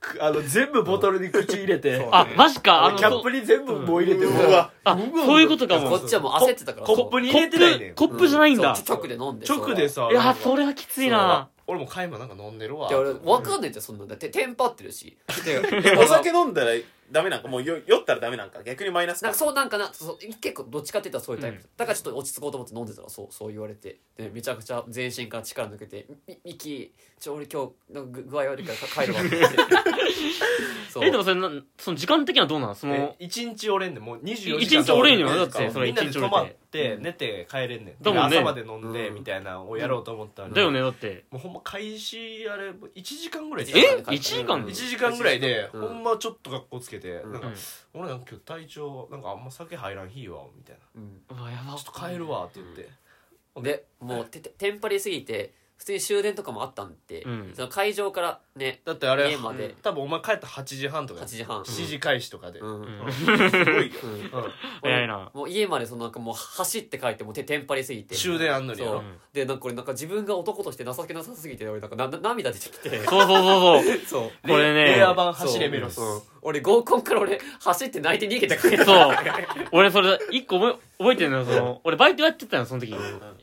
Speaker 1: くあの全部ボトルに口入れて、
Speaker 3: あマジかあの
Speaker 1: キャップに全部もう入れて、
Speaker 4: うわ
Speaker 3: あそういうことか
Speaker 2: こ
Speaker 3: も
Speaker 2: っちはもう焦ってたから。
Speaker 1: コップに入れてないねん
Speaker 3: コップコップじゃないんだ
Speaker 2: そう直で飲んで。
Speaker 1: 直でさ
Speaker 3: いやそれはきついな
Speaker 1: 俺も海馬なんか飲んでるわ
Speaker 2: <laughs> いや、俺、わかんないじゃん、そんなんだって。テンパってるし。
Speaker 4: お酒飲んだらダメなんかもうよ酔ったらダメなんか逆にマイナス
Speaker 2: なん
Speaker 4: か
Speaker 2: かそうなんかなそう結構どっちかって言ったらそういうタイプ、だからちょっと落ち着こうと思って飲んでたらそうそう言われてでめちゃくちゃ全身から力抜けて「みミキちょ俺今日なんか具具合悪いから帰るわ」って言ってそう
Speaker 3: えでもそれなその時間的にはどうなのそ
Speaker 1: え
Speaker 3: の
Speaker 1: 一日おれんねんもう24時
Speaker 3: 一
Speaker 1: 間
Speaker 3: 日おれんよ
Speaker 1: ね
Speaker 3: だってそれ
Speaker 1: みんなで
Speaker 3: 一日おれ
Speaker 1: 泊ま
Speaker 3: て
Speaker 1: って寝て帰れんねん
Speaker 3: だもんね
Speaker 1: 朝まで飲んでみたいなのをやろうと思ったのに
Speaker 3: だよねだって
Speaker 1: もうほんま開始あれ1時間ぐらい
Speaker 3: え
Speaker 1: 1
Speaker 3: 1時間
Speaker 1: 時間ぐらいで
Speaker 2: うん
Speaker 1: ほんまちょっと格好つけて
Speaker 2: ん
Speaker 1: なんか
Speaker 3: うん
Speaker 1: 俺なんか今日体調なんかあんま酒入らん日いわみたいな
Speaker 2: うん
Speaker 3: うわやば
Speaker 1: ちょっと帰るわって言って
Speaker 2: でもうててテンパりすぎて普通に終電とかもあったんで、
Speaker 3: うん
Speaker 2: その会場からね
Speaker 1: だってあれ
Speaker 2: 家まで
Speaker 1: 多分お前帰った8時半とか
Speaker 2: 8時半
Speaker 1: 7時開始とかで
Speaker 2: うん
Speaker 3: うん
Speaker 4: すごいよ
Speaker 2: うん
Speaker 3: 早いな
Speaker 2: もう家までそのなんかもう走って帰ってもうてテンパりすぎて
Speaker 1: 終電あんのにや
Speaker 2: そう
Speaker 1: ろ
Speaker 2: でなんかこれなんか自分が男として情けなさすぎて俺なんかなな涙出てきて
Speaker 3: そうそうそう
Speaker 2: <laughs>
Speaker 3: そう
Speaker 2: そう
Speaker 3: これね
Speaker 1: レア版走れメロス
Speaker 2: そううん俺合コンから俺走って泣いて逃げたから
Speaker 3: <laughs> そう俺それ一個覚え覚えてるのよその俺バイトやってたのその時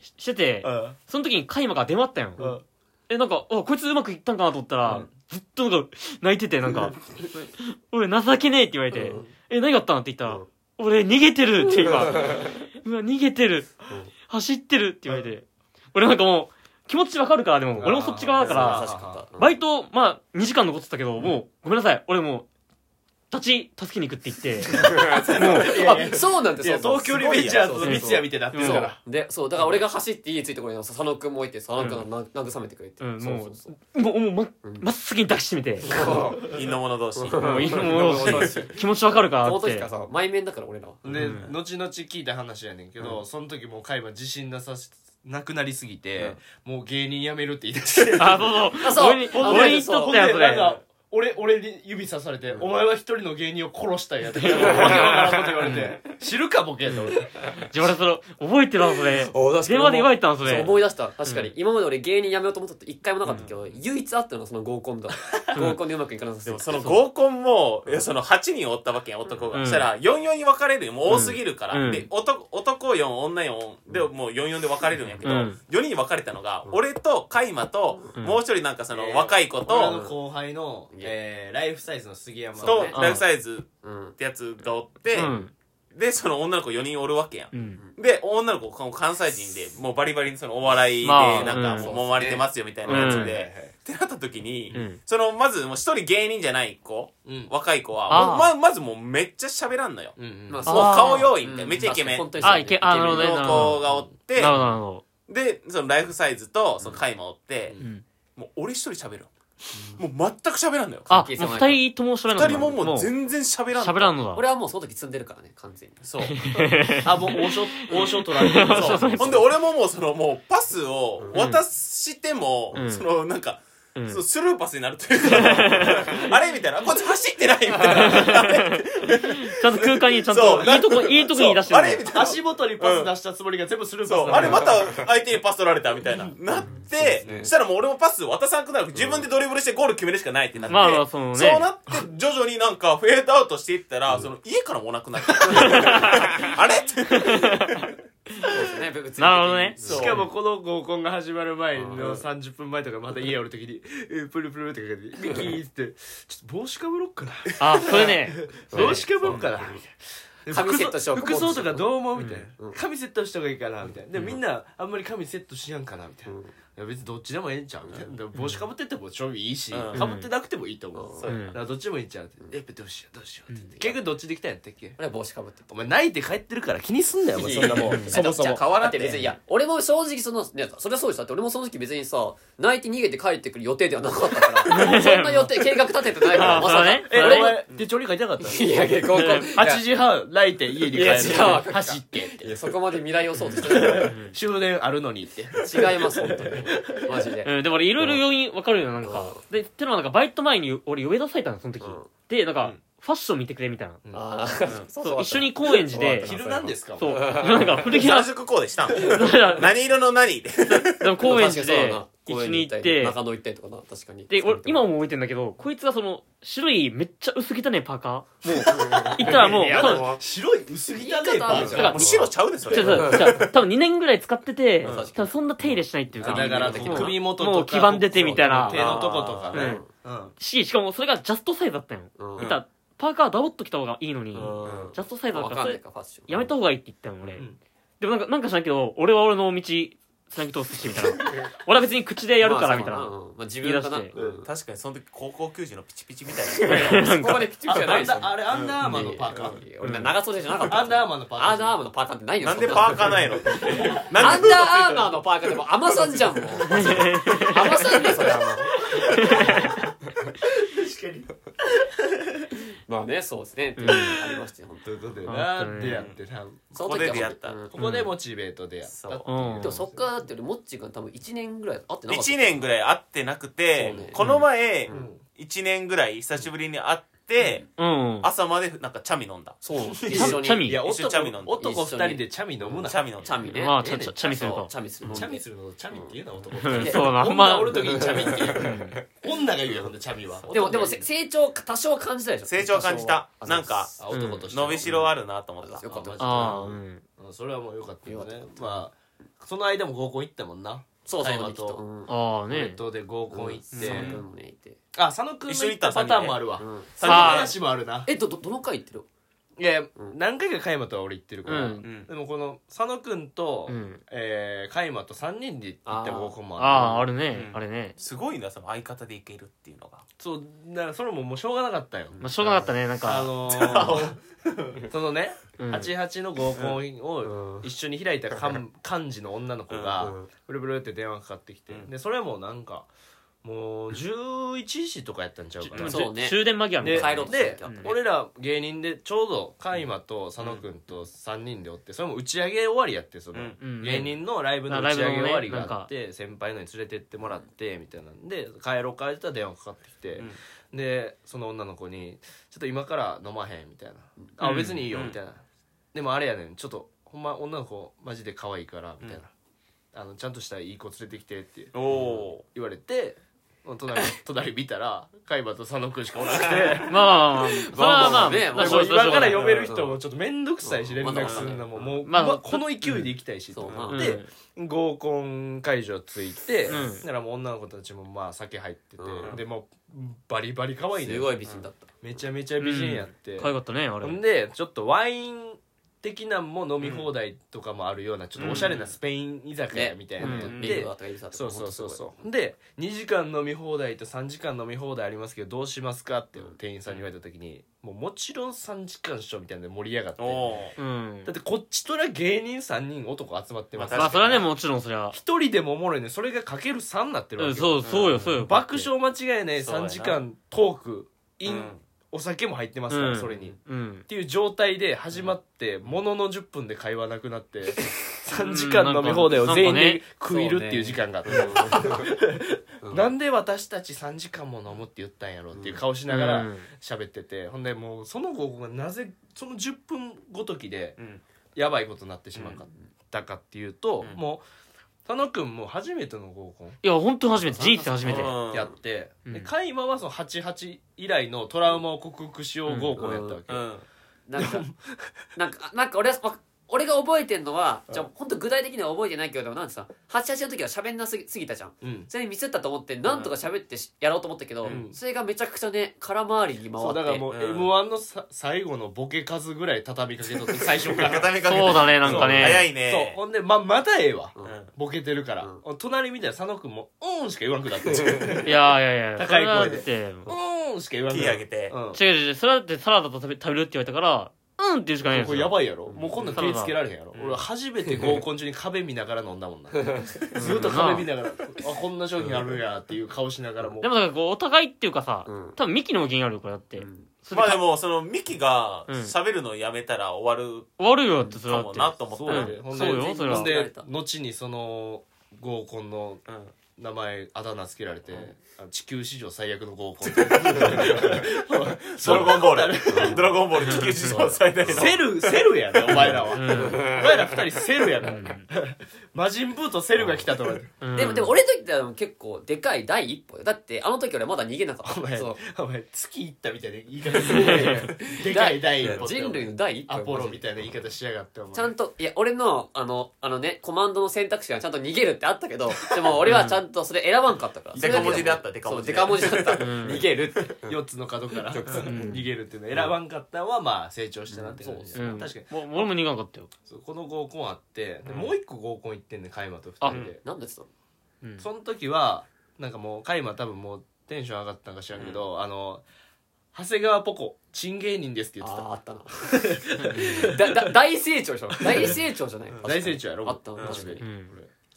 Speaker 3: ししてて
Speaker 1: うん
Speaker 3: その時にカイマが出まったよ
Speaker 1: うん
Speaker 3: えなんかおこいつうまくいったんかなと思ったら、ずっとなんか泣いててなんか「俺情けねえ」って言われて「え何があったの?」って言ったら「俺逃げてる」って今「うわ逃げてる」走ってる」って言われて、俺なんかもう気持ちわかるからでも俺もそっち側だか
Speaker 1: あー
Speaker 3: ら
Speaker 2: そう優しかった
Speaker 3: バイトまあ2時間残ってたけど、もうごめんなさい俺もう立ち助けに行くって言って
Speaker 2: あそうなんです
Speaker 1: いや
Speaker 2: そう
Speaker 1: 東京リベンジャーズ
Speaker 2: そう
Speaker 1: の
Speaker 2: そう
Speaker 1: 三
Speaker 2: そう
Speaker 1: ツ矢みたいになってるから
Speaker 2: でそうだから俺が走って家着いてこれ佐野君もいて佐野君がな慰めてくれて、
Speaker 3: うん
Speaker 2: そう
Speaker 3: も
Speaker 2: そううそう
Speaker 3: もうもうままっすぐに抱きしめて
Speaker 4: 陰の者同士
Speaker 3: もういいもう気持ちわかるから
Speaker 2: その
Speaker 3: って
Speaker 2: 時からさ前面だから俺らは
Speaker 1: で、
Speaker 3: うん
Speaker 1: 後々聞いた話やねんけど、その時もう海馬自信なさしなくなりすぎて、もう芸人辞めるって言い出
Speaker 3: <laughs>
Speaker 1: して
Speaker 3: あそう
Speaker 2: あ
Speaker 3: そう
Speaker 2: そう
Speaker 3: 俺に俺に言っとったやんそ
Speaker 1: ほんでなん
Speaker 3: れ
Speaker 1: か俺俺に指さされて、お前は一人の芸人を殺したんやってわけわからんこと言われて知るかボケって俺
Speaker 3: じゃあ俺それ覚えてるわそれ
Speaker 2: お確かに
Speaker 3: 電話で言われたんそ
Speaker 2: そう
Speaker 3: れ
Speaker 2: 思い出した確かに、今まで俺芸人辞めようと思ったって一回もなかったけど、唯一あったのはその合コンだ合コンでうまくいかなさす
Speaker 4: で
Speaker 2: ぎ
Speaker 4: も
Speaker 2: て
Speaker 4: その合コンも、いやその8人おったわけや、男が。
Speaker 3: うん
Speaker 4: したら、44に分かれるよ。もう多すぎるから。
Speaker 3: うん
Speaker 4: で、男、男4、女4。で、もう44で分かれるんやけど、
Speaker 3: うん
Speaker 4: 4人に分かれたのが、俺と、カイマと、
Speaker 3: ん
Speaker 4: もう一人なんかそ
Speaker 1: え
Speaker 4: の、
Speaker 1: ー
Speaker 4: 若い子
Speaker 1: <laughs> 俺の
Speaker 4: と、
Speaker 1: 後輩の、えーライフサイズの杉山
Speaker 4: と
Speaker 1: ね、
Speaker 4: ライフサイズ
Speaker 2: うん
Speaker 4: ってやつがおって
Speaker 3: う、ん
Speaker 4: で、その女の子4人おるわけやん
Speaker 3: う。ん
Speaker 4: で、女の子、この関西人で、もうバリバリにそのお笑いで、
Speaker 3: まあ
Speaker 4: なんかもう揉まれてますよみたいなやつ
Speaker 3: うん
Speaker 4: で、ってなった時に、
Speaker 3: うん
Speaker 4: その、まずもう一人芸人じゃない子、
Speaker 1: うん
Speaker 4: 若い子は、
Speaker 3: あー
Speaker 4: もうままずもうめっちゃ喋らんのよ。
Speaker 1: うんうん
Speaker 2: まあ
Speaker 4: もう
Speaker 3: あー
Speaker 4: 顔要員って、
Speaker 2: うん
Speaker 4: めっちゃイケメンの
Speaker 2: 確かに
Speaker 3: あイケあなるほど
Speaker 2: イ
Speaker 3: ね
Speaker 2: ケメン
Speaker 3: なる
Speaker 4: 子がおって
Speaker 3: な、るほどなるほど
Speaker 4: で、そのライフサイズと、そのカイマおって、
Speaker 3: ん
Speaker 4: もう俺一人喋るの。もう全く喋らんのよ。
Speaker 3: あもう
Speaker 2: 係性はない
Speaker 3: 二人とも喋らんの
Speaker 4: 二人ももう全然喋らんの。
Speaker 3: 喋らんのだ
Speaker 2: 俺はもうその時積んでるからね完全に
Speaker 4: そう。
Speaker 1: あもう王将王将取られてる
Speaker 4: <laughs> そう
Speaker 3: <laughs>
Speaker 4: ほんで俺ももうそのもうパスを渡しても、
Speaker 3: うん
Speaker 4: そのなんか、
Speaker 3: うん
Speaker 4: そのスルーパスになるというか、
Speaker 3: <laughs>
Speaker 4: あれみたいな、こいつ走ってないみたいな。あれ
Speaker 3: ちゃんと空間にちゃん
Speaker 4: そ
Speaker 3: と
Speaker 4: う
Speaker 3: いいとこいいとこに出して
Speaker 4: そう
Speaker 3: る
Speaker 4: あれ
Speaker 3: のよ
Speaker 4: みたいな。
Speaker 1: 足元にパス出したつもりが全部スルーパス
Speaker 4: そう、
Speaker 1: だ
Speaker 4: あれまた相手にパス取られたみたいな。なって、したらもう俺もパス渡さなくなる。自分でドリブルしてゴール決めるしかないってなって。
Speaker 3: まあまあそのね
Speaker 4: そうなって、徐々になんかフェードアウトしていったら、その家からもなくなった。 <laughs> あ
Speaker 3: <laughs>
Speaker 4: れって。
Speaker 2: そうですね物理的に
Speaker 3: なるほどね
Speaker 4: そう
Speaker 1: しかもこの合コンが始まる前の30分前とかまた家おる時に「えープルプル」ってか <laughs> けて「ミキー」って「ちょっと帽子かぶろっかな
Speaker 3: あそれね
Speaker 1: 帽子かぶろっかな」みたいな
Speaker 2: 髪セットしよう
Speaker 1: 服装服装とかどう思うみたいな髪セットした方がいいかなみたいなでみんなあんまり髪セットしやんかなみたいないや別にどっちでもええんちゃうみたいなでも帽子かぶっててもちょいいいし
Speaker 4: うん
Speaker 1: かぶってなくてもいいと思う
Speaker 4: そう
Speaker 1: だからどっちでもいいんちゃうって「やっぱどうしようどうしよう」って言って結局どっちできたんやったっけ
Speaker 2: 俺は帽子かぶって
Speaker 1: お前泣いて帰ってるから気にすんなよお前そんなもんそもそ
Speaker 2: じゃ
Speaker 1: も
Speaker 2: あ変わらんって別にいや俺も正直そのねそれはそうですだって俺もその時別にさ泣いて逃げて帰ってくる予定ではなかったから <laughs> そんな予定計画立ててないから
Speaker 3: あ
Speaker 2: まさか
Speaker 3: そうね
Speaker 1: <laughs> え
Speaker 2: 俺
Speaker 1: お
Speaker 2: も
Speaker 1: 前手帳 <laughs> に書いてなかった
Speaker 2: いやいや高校
Speaker 1: 8時半泣いて家に帰
Speaker 2: い
Speaker 1: る
Speaker 2: や違うわ
Speaker 1: 走ってって
Speaker 2: いやそこまで未来予想としてな
Speaker 1: 終電あるのにって
Speaker 2: い違います本当にマジで
Speaker 3: うん、でも俺いろいろ要因わかるよなんかでてのはなんかバイト前に俺呼び出されたのその時
Speaker 2: うん
Speaker 3: でなんかファッション見てくれみたいな
Speaker 2: あーそう
Speaker 3: そう一緒に高円寺で
Speaker 1: 昼なんですか
Speaker 3: そう
Speaker 1: もう
Speaker 3: なんか古着屋
Speaker 4: 三色コーデしたん
Speaker 3: だ
Speaker 4: 何色の何で。
Speaker 3: でも高円寺
Speaker 2: 確かにそう
Speaker 3: で
Speaker 2: だな
Speaker 3: 一
Speaker 2: 公
Speaker 3: 緒
Speaker 2: 園
Speaker 3: に
Speaker 2: に
Speaker 3: 行
Speaker 2: 行
Speaker 3: っ
Speaker 2: ったり
Speaker 3: て
Speaker 2: 中野行ったりとかな確かに
Speaker 3: で、俺、今も覚えてんだけど、こいつがその、白い、めっちゃ薄汚ねパーカ
Speaker 2: <laughs>
Speaker 3: ー。もう、行ったらもう、多分
Speaker 1: 白い薄着だ
Speaker 2: 言
Speaker 1: ね
Speaker 2: い方あ
Speaker 1: バ
Speaker 2: る
Speaker 1: ー
Speaker 2: じ
Speaker 1: ジョ
Speaker 2: ゃん
Speaker 1: ン
Speaker 4: <laughs> むしろちゃうで、そ
Speaker 3: ち
Speaker 4: れ。
Speaker 3: ょっと、ちょっと多分2年ぐらい使ってて
Speaker 2: うん、
Speaker 3: 多分そんな手入れしないっていうか、
Speaker 1: だからこう
Speaker 3: もう
Speaker 1: 首元とか
Speaker 3: もう黄ばんでてみたい
Speaker 1: 手
Speaker 3: な。
Speaker 1: のとことか
Speaker 3: う
Speaker 1: ね
Speaker 3: んし、しかもそれがジャストサイズだったよ。
Speaker 2: うん
Speaker 3: いた、パーカーダボっときた方がいいのに、ジ
Speaker 5: うん
Speaker 3: ャストサイズだ
Speaker 2: わ
Speaker 3: か
Speaker 2: からん
Speaker 3: そ
Speaker 2: ない
Speaker 3: れ
Speaker 2: かファッション
Speaker 3: やめた方がいいって言ったの俺、
Speaker 1: うん
Speaker 3: でもなんかなんか知らんけど俺は俺の道つなぎ通すしみたいな俺は別に口でやるからみたいな、
Speaker 2: まあそううんまあ自分かな
Speaker 3: 言い出
Speaker 2: うん
Speaker 4: 確かにその時高校球児のピチピチみたいな
Speaker 3: <laughs>
Speaker 2: そこまでピッチピチじゃないですよ
Speaker 1: ああれアンダーマンのパーカー
Speaker 2: いや俺長袖じゃなかった
Speaker 1: アンダーアーマーのパーカー
Speaker 2: アンダーアーマーのパーカーってないよ
Speaker 4: なんで
Speaker 2: そ
Speaker 4: パ
Speaker 2: な
Speaker 4: ーカーないの
Speaker 2: ア
Speaker 4: なん
Speaker 2: ン
Speaker 4: で
Speaker 2: ダーアーマーのパーカーでも甘さんじゃ
Speaker 3: <laughs>
Speaker 2: んもう甘さんだよそれはもうまあねそうですねっていうのがありまして本当に
Speaker 5: ということで
Speaker 3: あ
Speaker 1: なんでやってたん
Speaker 2: その時は
Speaker 4: ここで出会った
Speaker 2: うん
Speaker 1: ここでモチベートでやったっていう
Speaker 3: うん
Speaker 2: でもそっからだって俺もっちーくん多分1年ぐらい会ってなかった
Speaker 4: 1年ぐらい会ってなくて、
Speaker 2: そうね
Speaker 4: この前、
Speaker 1: ん
Speaker 4: 1年ぐらい久しぶりに会って、
Speaker 3: うん
Speaker 4: 朝までなんかチャミ飲んだ
Speaker 2: そう
Speaker 3: チ
Speaker 2: 一緒
Speaker 3: ャ
Speaker 2: に
Speaker 3: チャミ
Speaker 1: いや
Speaker 4: 一緒に
Speaker 1: 男
Speaker 4: チャミ飲んだ
Speaker 1: 男2人でチャミ飲むな
Speaker 4: チャミ飲ん
Speaker 2: チャ
Speaker 4: だ
Speaker 2: ミね
Speaker 3: まあ
Speaker 2: ええね
Speaker 3: チャチャミするか
Speaker 2: そうチャミする
Speaker 1: チャミするのチャミって言うな男
Speaker 3: うん
Speaker 2: いや
Speaker 3: そうなあんま
Speaker 1: 女おる時にチャミって言う女が言うよほんでチャミは
Speaker 2: でもでもせ成長多少感じたでしょ
Speaker 4: 成長は感じた
Speaker 2: 多少は
Speaker 4: なんか
Speaker 1: あ男として
Speaker 4: 伸びしろあるなと思った
Speaker 2: よかった
Speaker 3: ああうん
Speaker 1: うんそれはもうよかったよね
Speaker 2: よ
Speaker 1: まあその間も合コン行ったもんな
Speaker 2: そうそう
Speaker 1: 大麻
Speaker 2: きっと
Speaker 1: と
Speaker 2: うん
Speaker 3: ああ
Speaker 1: ネッ
Speaker 3: ね
Speaker 1: トで合コン行って
Speaker 2: 佐野君もねいて
Speaker 1: あ佐野君の
Speaker 4: 一緒に
Speaker 1: 行
Speaker 4: 行
Speaker 1: っ
Speaker 4: った
Speaker 1: たパターンもあるわ
Speaker 2: うん
Speaker 1: 佐野の話もあるな
Speaker 2: えどどどの回行ってる
Speaker 1: いやいや何回か加山とは俺行ってるか
Speaker 3: う
Speaker 1: ら
Speaker 3: ん
Speaker 4: うん
Speaker 1: でもこの佐野君と
Speaker 3: うん
Speaker 1: えー加山と3人で行った合コンも
Speaker 3: あ
Speaker 1: あ
Speaker 3: あ
Speaker 1: る
Speaker 3: あるね、
Speaker 4: うん
Speaker 3: あれね
Speaker 4: すごいなその相方でいけるっていうのが
Speaker 1: そうだからそれももうしょうがなかったよ
Speaker 3: まあしょうがなかったねなんか
Speaker 1: あのー <laughs> そのね
Speaker 3: うん
Speaker 1: 88の合コン
Speaker 5: うん
Speaker 1: を一緒に開いたかん幹事の女の子が
Speaker 5: うん
Speaker 1: ブルブルって電話かかってきて
Speaker 4: うん
Speaker 1: でそれもなんかもう11時とかやったんちゃうか
Speaker 3: で
Speaker 1: な
Speaker 3: も
Speaker 2: そう
Speaker 3: じゅ終電間際みた
Speaker 1: で
Speaker 3: いな
Speaker 2: 帰ろうとしてる時あったね
Speaker 1: 俺ら芸人でちょうどカイマと佐野くんと3人でおってそれも打ち上げ終わりやってその
Speaker 4: うん
Speaker 3: うん
Speaker 1: 芸人のライブの打ち上げ終わりがあって先輩のに連れてってもらってみたいなんで帰ろう帰ったら電話かかってきてでその女の子に「ちょっと今から飲まへん」みたいな「あ
Speaker 3: うん
Speaker 1: 別にいいよ」
Speaker 4: うん
Speaker 1: みたいなでもあれやねんちょっとほんま女の子マジで可愛いからみたいなあのちゃんとしたいい子連れてきてって
Speaker 4: おお
Speaker 1: 言われて
Speaker 3: <laughs>
Speaker 1: 隣隣見たら海馬と佐野くんしかおらなくて。
Speaker 3: まあまあまあそれはまあ
Speaker 2: ね
Speaker 3: ま
Speaker 1: <laughs> でも
Speaker 3: あそうそうしょ
Speaker 1: 今
Speaker 3: う
Speaker 1: か
Speaker 3: がな
Speaker 1: ら
Speaker 3: い
Speaker 1: 読める人もちょっと面倒くさいし連絡するのももう、
Speaker 3: ま
Speaker 1: ま
Speaker 3: あ
Speaker 1: あ、この勢いで行きたいしと
Speaker 2: そう
Speaker 1: 思
Speaker 2: ま
Speaker 1: っ
Speaker 2: あ
Speaker 1: て、
Speaker 3: うん
Speaker 1: 合コン会場着いて、
Speaker 3: うん
Speaker 1: だからもう女の子たちもまあ酒入ってて、
Speaker 5: うん
Speaker 1: でもうバリバリ可愛いね
Speaker 2: すごい美人だった
Speaker 1: めちゃめちゃ美人やって、
Speaker 3: 可愛かったねあ
Speaker 1: ほ
Speaker 3: れ
Speaker 1: んでちょっとワイン的なんも飲み放題とかもあるようなちょっとおしゃれなスペイン居酒屋みたいなのやって
Speaker 3: うん
Speaker 2: ビールがあったかいさ
Speaker 1: そうそうそうそうで2時間飲み放題と3時間飲み放題ありますけどどうしますかって店員さんに言われた時にもうもちろん3時間っしょみたいなんで盛り上がって
Speaker 4: おお
Speaker 3: うん
Speaker 1: だってこっちとら芸人3人男集まってます
Speaker 3: まあそれはねもちろんそりゃ
Speaker 1: 一人でもおもろいねそれがかける3になってるわ
Speaker 3: う
Speaker 1: け
Speaker 3: ん
Speaker 1: よ
Speaker 3: そうそうよそうよ
Speaker 1: 爆笑間違いない
Speaker 4: そうや
Speaker 1: 3
Speaker 4: な
Speaker 1: 時間トークイン、
Speaker 4: うん
Speaker 1: お酒も入ってますから、
Speaker 3: うん
Speaker 1: それにっ
Speaker 3: うん
Speaker 1: ていう状態で始まって、ものの10分で会話なくなって
Speaker 3: <laughs>
Speaker 1: 3時間飲み放題を全員で食いるっていう時間があって、 <laughs> なんで私たち3時間も飲むって言ったんやろうっていう顔しなが
Speaker 3: う
Speaker 1: ら
Speaker 3: ん
Speaker 1: 喋ってて、ほんでもうその後がなぜその10分ごときで
Speaker 4: うん
Speaker 1: やばいことになってしまったかっていうと、
Speaker 4: うん
Speaker 1: もう佐野くんも初めての合コン
Speaker 3: いや本当初めて G って初めて
Speaker 4: うん
Speaker 1: やって、
Speaker 3: うん
Speaker 1: でカイマはその88以来のトラウマを克服しよう合コンやったわけ、
Speaker 4: うん
Speaker 2: なんか <laughs> なんかなんか俺はわ俺が覚えてんのはじゃあ本当具体的には覚えてないけどでもなんてさ88の時は喋んなすぎすぎたじゃん
Speaker 1: うん
Speaker 2: それにミスったと思ってなんとか喋ってしやろうと思ったけど、
Speaker 1: うん
Speaker 2: それがめちゃくちゃね空回りに回って
Speaker 1: そうだからもう
Speaker 4: うん
Speaker 1: m 1のさ最後のボケ数ぐらい畳みかけとって最初
Speaker 4: <laughs>
Speaker 1: から
Speaker 4: 畳みかけ
Speaker 3: そうだねなんか
Speaker 4: そう早
Speaker 3: ね
Speaker 4: い
Speaker 1: そう
Speaker 4: ね
Speaker 1: ほんでままたええわ、
Speaker 4: う
Speaker 1: ボケてるから、隣見たら佐野くんも「うん」しか言わなくなって <laughs>
Speaker 3: いやいやいや
Speaker 1: 高い声で
Speaker 3: それはだって
Speaker 1: うんしか言わな
Speaker 4: ん
Speaker 1: く
Speaker 4: キ
Speaker 1: な
Speaker 4: ー上げて
Speaker 1: うん
Speaker 3: 違う違う違うそれだってサラダと食べ食べるって言われたからうんって言うしかないです
Speaker 1: こ
Speaker 3: よ
Speaker 1: れやばいやろもうこんなん手つけられへんやろ
Speaker 4: うん
Speaker 1: 俺初めて合コン中に壁見ながら飲んだもん
Speaker 3: <laughs>
Speaker 1: なずっと壁見ながらあこんな商品あるんやっていう顔しながらもう
Speaker 3: でもだからこうお互いっていうかさ
Speaker 5: うん
Speaker 3: 多分ミキの方が原因あるよこれだって
Speaker 5: ん
Speaker 3: それ
Speaker 4: まあ
Speaker 3: で
Speaker 4: でもそのミキが
Speaker 3: うん
Speaker 4: 喋るのやめたら終わる
Speaker 3: 悪いよってそれ
Speaker 4: か
Speaker 3: だ
Speaker 4: も
Speaker 3: っ
Speaker 4: な
Speaker 3: て
Speaker 4: と思った
Speaker 1: そうやで
Speaker 4: よ
Speaker 1: ほん
Speaker 3: そうよ
Speaker 1: で
Speaker 3: それは
Speaker 1: ほんで後にその合コンの
Speaker 4: うん
Speaker 1: 名前あだ名つけられて
Speaker 4: うん
Speaker 1: あ地球史上最悪の合コン
Speaker 3: <laughs>
Speaker 4: ドラゴンボールドラゴンボール地球史上最大の
Speaker 1: セルセルやねお前らはお
Speaker 3: うん
Speaker 1: 前ら二人セルやな魔人ブーとセルが来たと思って
Speaker 3: うん
Speaker 2: でもでも俺の時って結構でかい第一歩よだってあの時俺まだ逃げな
Speaker 1: <laughs>
Speaker 2: か
Speaker 1: お
Speaker 2: った
Speaker 1: 前
Speaker 2: そう
Speaker 1: お前月行ったみたいな言い方するねでかい第一歩って
Speaker 2: 人類の第一歩
Speaker 1: ア
Speaker 2: よ
Speaker 1: ポロ
Speaker 2: マジ
Speaker 1: み
Speaker 2: で
Speaker 1: たいな言い方しやがってお前
Speaker 2: ちゃんといや俺のあのあのねコマンドの選択肢がちゃんと逃げるってあったけどでも俺はちゃんントはそれ選ばんかったから
Speaker 4: デカ文字であったデカ文字
Speaker 2: そうデカ文字だった逃げる
Speaker 1: <laughs>
Speaker 2: って
Speaker 1: 4つの角から逃げるっていうの選ばんかったのはまあ成長したなって感じです、
Speaker 3: うん、
Speaker 1: 確かに
Speaker 3: もう俺も苦かったよ
Speaker 1: そうこの合コンあって、で
Speaker 3: うん
Speaker 1: もう一個合コン行ってんねんカイマと2人で、
Speaker 2: なんでその
Speaker 3: うん
Speaker 1: その時はなんかもうカイマ多分もうテンション上がったんか知らんけど、あの長谷川ポコチン芸人ですって言ってた
Speaker 2: ああーあったな <laughs> だだ大成長したの大成長じゃない
Speaker 1: 大成長やろ
Speaker 2: あったな
Speaker 4: うん
Speaker 2: 確かに
Speaker 3: うん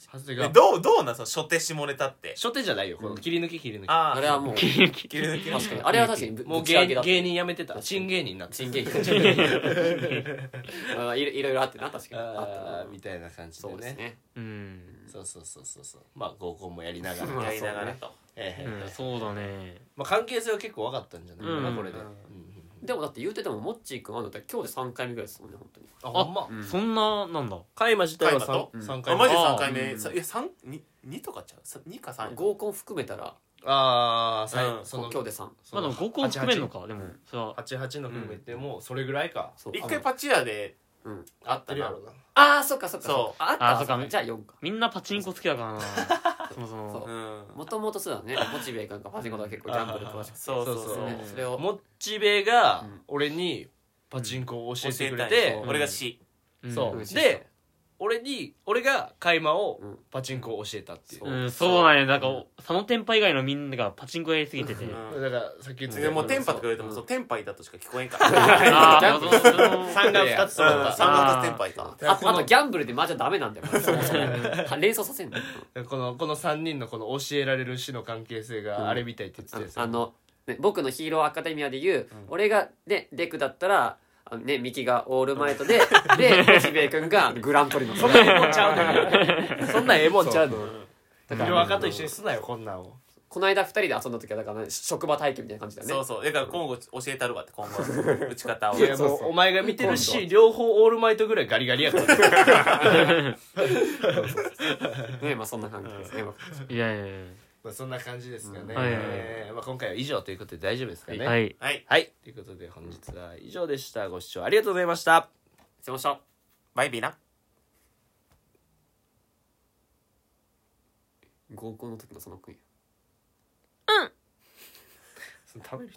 Speaker 1: 長谷
Speaker 4: え
Speaker 1: 川
Speaker 4: どうどうなんその初手下ネタって
Speaker 1: 初手じゃないよこの切り抜き切り抜き、
Speaker 4: あー
Speaker 2: あれはもう
Speaker 3: 切り抜き
Speaker 4: 切り抜きの
Speaker 2: 確かにあれは確かにぶ
Speaker 1: もう
Speaker 2: ぶち上
Speaker 1: 芸
Speaker 2: げ
Speaker 1: 人
Speaker 2: だった
Speaker 1: 芸人辞めてたチン芸人になって
Speaker 2: 人間あーいろいろいろあってな確かにあった
Speaker 1: <laughs> あ
Speaker 2: な
Speaker 1: ーみたいな感じで
Speaker 2: そうです
Speaker 1: ね
Speaker 2: ね
Speaker 3: うん
Speaker 1: そうそうそうそうそうまあ合コンもやりながら、
Speaker 4: やりながらと
Speaker 1: ええ
Speaker 3: うんそうだね
Speaker 1: まあ、関係性は結構分かったんじゃないかな、
Speaker 3: うん
Speaker 1: これで、うん
Speaker 2: でもだって言うててもモッチー君あんのって今日で3回目ぐらいですもんね本当に
Speaker 1: あほんま
Speaker 2: うん
Speaker 3: そんななんだ
Speaker 1: カイマ自体は
Speaker 4: カイマと
Speaker 1: 3, 三
Speaker 4: あ
Speaker 1: 回目
Speaker 4: マジで
Speaker 3: あ
Speaker 4: 3
Speaker 3: ー
Speaker 4: 回
Speaker 3: う
Speaker 4: 目
Speaker 3: ん
Speaker 4: さいや三二二とかちゃうさ二か三
Speaker 2: 合コン含めたら
Speaker 1: ああ、さい
Speaker 4: うん
Speaker 1: そ
Speaker 2: 今
Speaker 1: の
Speaker 2: 日で3
Speaker 3: まあでも合コン含めんのかでもそれは
Speaker 1: 88の含めてもうそれぐらいか、
Speaker 2: そう
Speaker 4: 一回パチ屋で
Speaker 2: うん
Speaker 4: あったな
Speaker 1: な
Speaker 2: ああそっかそっか
Speaker 4: そう
Speaker 2: っかあった
Speaker 3: あーそっか
Speaker 2: っかじゃあ4か
Speaker 3: みんなパチンコ好きだからなそもそ
Speaker 2: そう
Speaker 3: も
Speaker 4: うん
Speaker 2: もともとそうだねモチベ君がパチンコとか結構ギャンブル詳しく
Speaker 4: <laughs> そうそう
Speaker 1: そう
Speaker 4: そ
Speaker 2: て
Speaker 4: う
Speaker 2: ねそれを
Speaker 1: モッチベが
Speaker 2: うん
Speaker 1: 俺にパチンコを教
Speaker 4: 教
Speaker 1: えて
Speaker 4: え
Speaker 1: く
Speaker 4: た
Speaker 1: れて、
Speaker 4: んやそう俺が死
Speaker 3: うん
Speaker 1: そううんで俺に俺がカイマを
Speaker 2: うん
Speaker 1: パチンコを教えたっていう
Speaker 2: そ、
Speaker 3: うんそうなんやなんか佐野天パ以外のみんながパチンコやりすぎてて
Speaker 4: うん
Speaker 1: だからさっき言って
Speaker 4: でもう
Speaker 1: た
Speaker 4: テ
Speaker 1: けど
Speaker 4: ンパとか言われてもそうテンパイだとしか聞こえんか
Speaker 3: あ
Speaker 4: ら
Speaker 3: あそう <laughs> そう
Speaker 1: <laughs> 3が2つと
Speaker 4: うん
Speaker 1: か
Speaker 4: 三番がテンパイか
Speaker 2: ああとギャンブルで麻雀ダメなんだ <laughs> よそもそもは連想させんの
Speaker 1: このこの3人のこの教えられる死の関係性
Speaker 2: うん
Speaker 1: があれみたいって言ってた
Speaker 2: あ
Speaker 1: やつ
Speaker 2: あの、ね、僕のヒーローアカデミアで言う、俺が、ね、デクだったらあのねミキがオールマイト <laughs> ででモチベ君がグランプリのそんなええもんちゃう <laughs> そんなええもんちゃうのだから
Speaker 1: 色赤と一緒にすなよこんなんを
Speaker 2: この間二人で遊んだ時はだから、ね、職場体験みたいな感じだよね
Speaker 4: そうそうだから今後教えたるわって今後打ち方を
Speaker 1: いや
Speaker 4: そ
Speaker 1: も
Speaker 2: そう
Speaker 1: う
Speaker 2: そう
Speaker 1: お前が見てるし両方オールマイトぐらいガリガリやから
Speaker 2: ねまあそんな感じですね、
Speaker 3: いやいやい
Speaker 1: <laughs> まあそんな感じですかね、
Speaker 3: はい
Speaker 1: まあ、今回は以上ということで大丈夫ですかね
Speaker 3: やはい
Speaker 4: はい
Speaker 1: はい、ということで本日は以上でしたご視聴ありがとうございました
Speaker 2: すいません
Speaker 4: バイビーな
Speaker 2: 合コンの時のその国
Speaker 1: そのためみたい